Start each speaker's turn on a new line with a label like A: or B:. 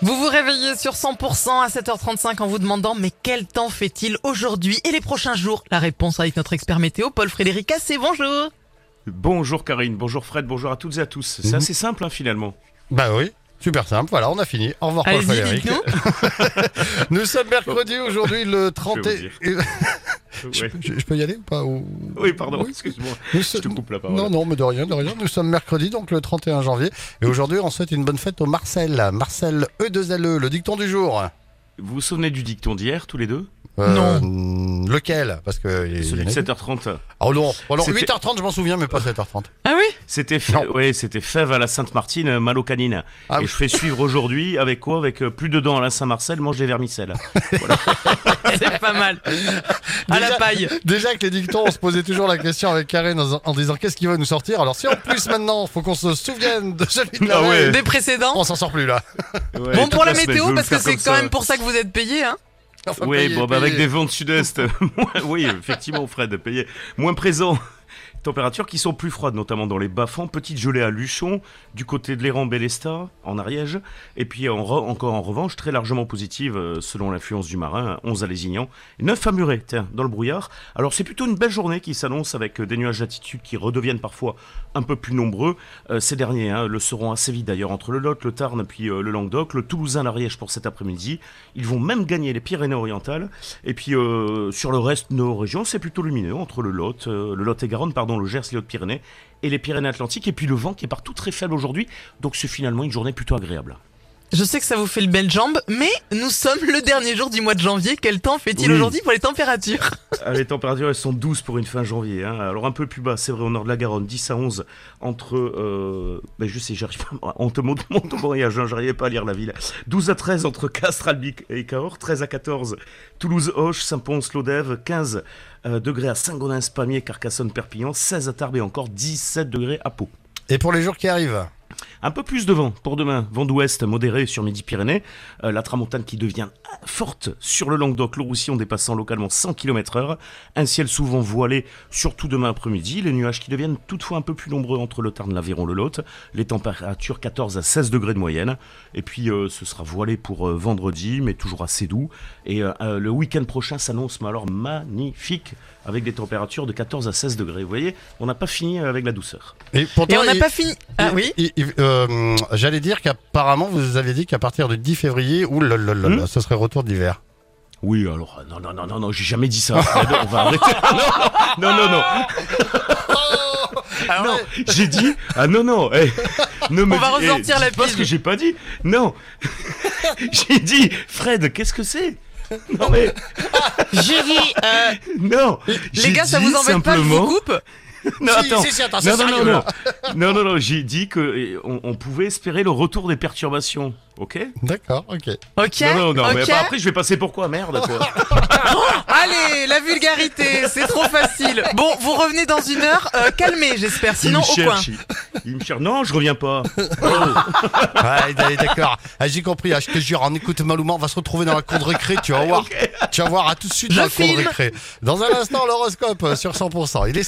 A: Vous vous réveillez sur 100% à 7h35 en vous demandant mais quel temps fait-il aujourd'hui et les prochains jours La réponse avec notre expert météo Paul Frédéric Assé, bonjour
B: Oh, Bonjour Karine, bonjour Fred, bonjour à toutes et à tous. C'est
C: Mhm.
B: assez simple hein, finalement.
C: Bah oui. Super simple, voilà, on a fini. Au revoir, Paul
A: Allez-y,
C: Frédéric.
A: dites-nous
C: Nous sommes mercredi aujourd'hui, le 30
B: Je vais
C: Je,
B: Ouais.
C: je- je peux y aller ou pas ou-
B: Oui, pardon,
C: Oui.
B: excuse-moi,
C: Nous
B: je te
C: sommes-
B: coupe la parole.
C: Non, non, mais de rien, de rien. Nous sommes mercredi, donc le 31 janvier. Et aujourd'hui, on souhaite une bonne fête au Marcel. Marcel E E2LE, le dicton du jour.
B: Vous vous souvenez du dicton d'hier, tous les deux
C: non. Lequel Parce que. il y-
B: Celui de
C: il y en a-
B: 7h30.
C: Oh non, oh non,
B: C'était-
C: 8h30, je m'en souviens, mais pas 7h30.
A: Ah oui
B: C'était
C: Non.
B: fève, ouais, c'était fève à la Sainte-Martine, euh, mal aux canines. et
C: Ah oui.
B: je fais suivre aujourd'hui avec quoi Avec euh, plus de dents à la Saint-Marcel, mange des vermicelles.
A: C'est pas mal À la
C: Déjà-
A: paille
C: Déjà que les dictons, on se posait toujours la question avec Karine en, en disant qu'est-ce qui va nous sortir. Alors si en plus maintenant, faut qu'on se souvienne de celui de la
B: Ah ouais.
C: veille,
A: Des précédents
C: on s'en sort plus là.
B: Ouais,
A: Bon
B: toute
A: pour la
B: semaine, je
A: météo
B: vais
A: parce
B: me
A: que
B: faire
A: c'est
B: comme
A: quand
B: ça.
A: même pour ça que vous êtes payé hein
C: Enfin,
B: Oui,
C: payez,
B: bon, bah, avec
C: payez.
B: des vents de sud-est. oui, effectivement, Fred, payé. Moins présent. Températures qui sont plus froides, notamment dans les bas-fonds. Petite gelée à Luchon, du côté de l'Héran Bélesta, en Ariège. Et puis en re- encore en revanche, très largement positive, euh, selon l'influence du marin, 11 à Lézignan, 9 à Muret, tiens, dans le brouillard. Alors c'est plutôt une belle journée qui s'annonce avec euh, des nuages d'altitude qui redeviennent parfois un peu plus nombreux. Euh, ces derniers hein, le seront assez vite d'ailleurs entre le Lot, le Tarn, puis euh, le Languedoc, le Toulousain, l'Ariège pour cet après-midi. Ils vont même gagner les Pyrénées-Orientales. Et puis euh, sur le reste de nos régions, c'est plutôt lumineux entre le Lot, euh, le Lot et Garonne, pardon, le Gers, les Hautes-Pyrénées et les Pyrénées-Atlantiques. Et puis le vent qui est partout très faible aujourd'hui. Donc c'est finalement une journée plutôt agréable.
A: Je sais que ça vous fait le belle jambe mais nous sommes le dernier jour du mois de janvier. Quel temps fait-il
B: Oui.
A: aujourd'hui pour les températures
B: Ah, les températures, elles sont douces pour une fin janvier. hein. Alors, un peu plus bas, c'est vrai, au nord de la Garonne, 10 à 11, entre. Euh, ben, je sais, j'arrive pas. On te montre mon voyage, hein, j'arrivais pas à lire la ville. 12 à 13, entre Castres, Albi et Cahors. 13 à 14, Toulouse, Hoche, Saint-Pons, Lodève. 15 euh, degrés à Saint-Gaudens, Pamiers, Carcassonne, Perpignan. 16 à Tarbes et encore 17 degrés à Pau.
C: Et pour les jours qui arrivent,
B: Un peu plus de vent pour demain. Vent d'ouest modéré sur Midi-Pyrénées. Euh, la tramontane qui devient forte sur le Languedoc, le Roussillon dépassant localement 100 km/h. Un ciel souvent voilé, surtout demain après-midi. Les nuages qui deviennent toutefois un peu plus nombreux entre le Tarn, l'Aveyron, le Lot. Les températures 14 à 16 degrés de moyenne. Et puis euh, ce sera voilé pour euh, vendredi, mais toujours assez doux. Et euh, euh, le week-end prochain s'annonce mais alors magnifique avec des températures de 14 à 16 degrés. Vous voyez, on n'a pas fini euh, avec la douceur.
C: et pourtant,
A: Et on n'a
C: il-
A: pas fini Ah
C: il-
A: oui
C: il- il- euh, J'allais dire qu'apparemment, vous avez dit qu'à partir du 10 février, ouh là là là
B: Hmm
C: là, ce serait retour d'hiver.
B: Oui, alors, euh, non, non, non, non, non, j'ai jamais dit ça. Fred, on va arrêter. Non, non, non, non,
C: Alors,
B: non, j'ai dit, ah non, non, eh, ne me
A: On va
B: dis- eh,
A: ressortir la
B: dites pas ce
A: pige.
B: que j'ai pas dit, non, j'ai dit, Fred, qu'est-ce que c'est Non, mais,
A: J'ai dit
B: non,
A: Les gars ça vous embête pas que je vous
B: simplement...
A: coupe
B: Non,
C: Si,
B: attends,
C: si, si, attends, c'est
B: non, non, non,
C: sérieux,
B: non,
C: là.
B: non, non, non, j'ai dit que eh, on, on pouvait espérer le retour des perturbations, ok
C: D'accord, ok.
A: Ok
B: Non, non, non, mais
A: ok.
B: bah, après je vais passer pour quoi, merde, quoi
A: Allez, la vulgarité, c'est trop facile. Bon, vous revenez dans une heure, euh, calmez, j'espère. Sinon,
B: il me
A: au coin.
B: cherche, il- il me cherche, non, je reviens pas Oh.
C: Ouais, d- d'accord. Ah, J'ai compris, ah, je te jure, en écoute Malouman, on va se retrouver dans la cour de récré, tu vas voir. Tu vas voir, à tout de suite
A: Je
C: dans la cour de
A: filme.
C: récré. Dans un instant, l'horoscope euh, sur 100%. Il est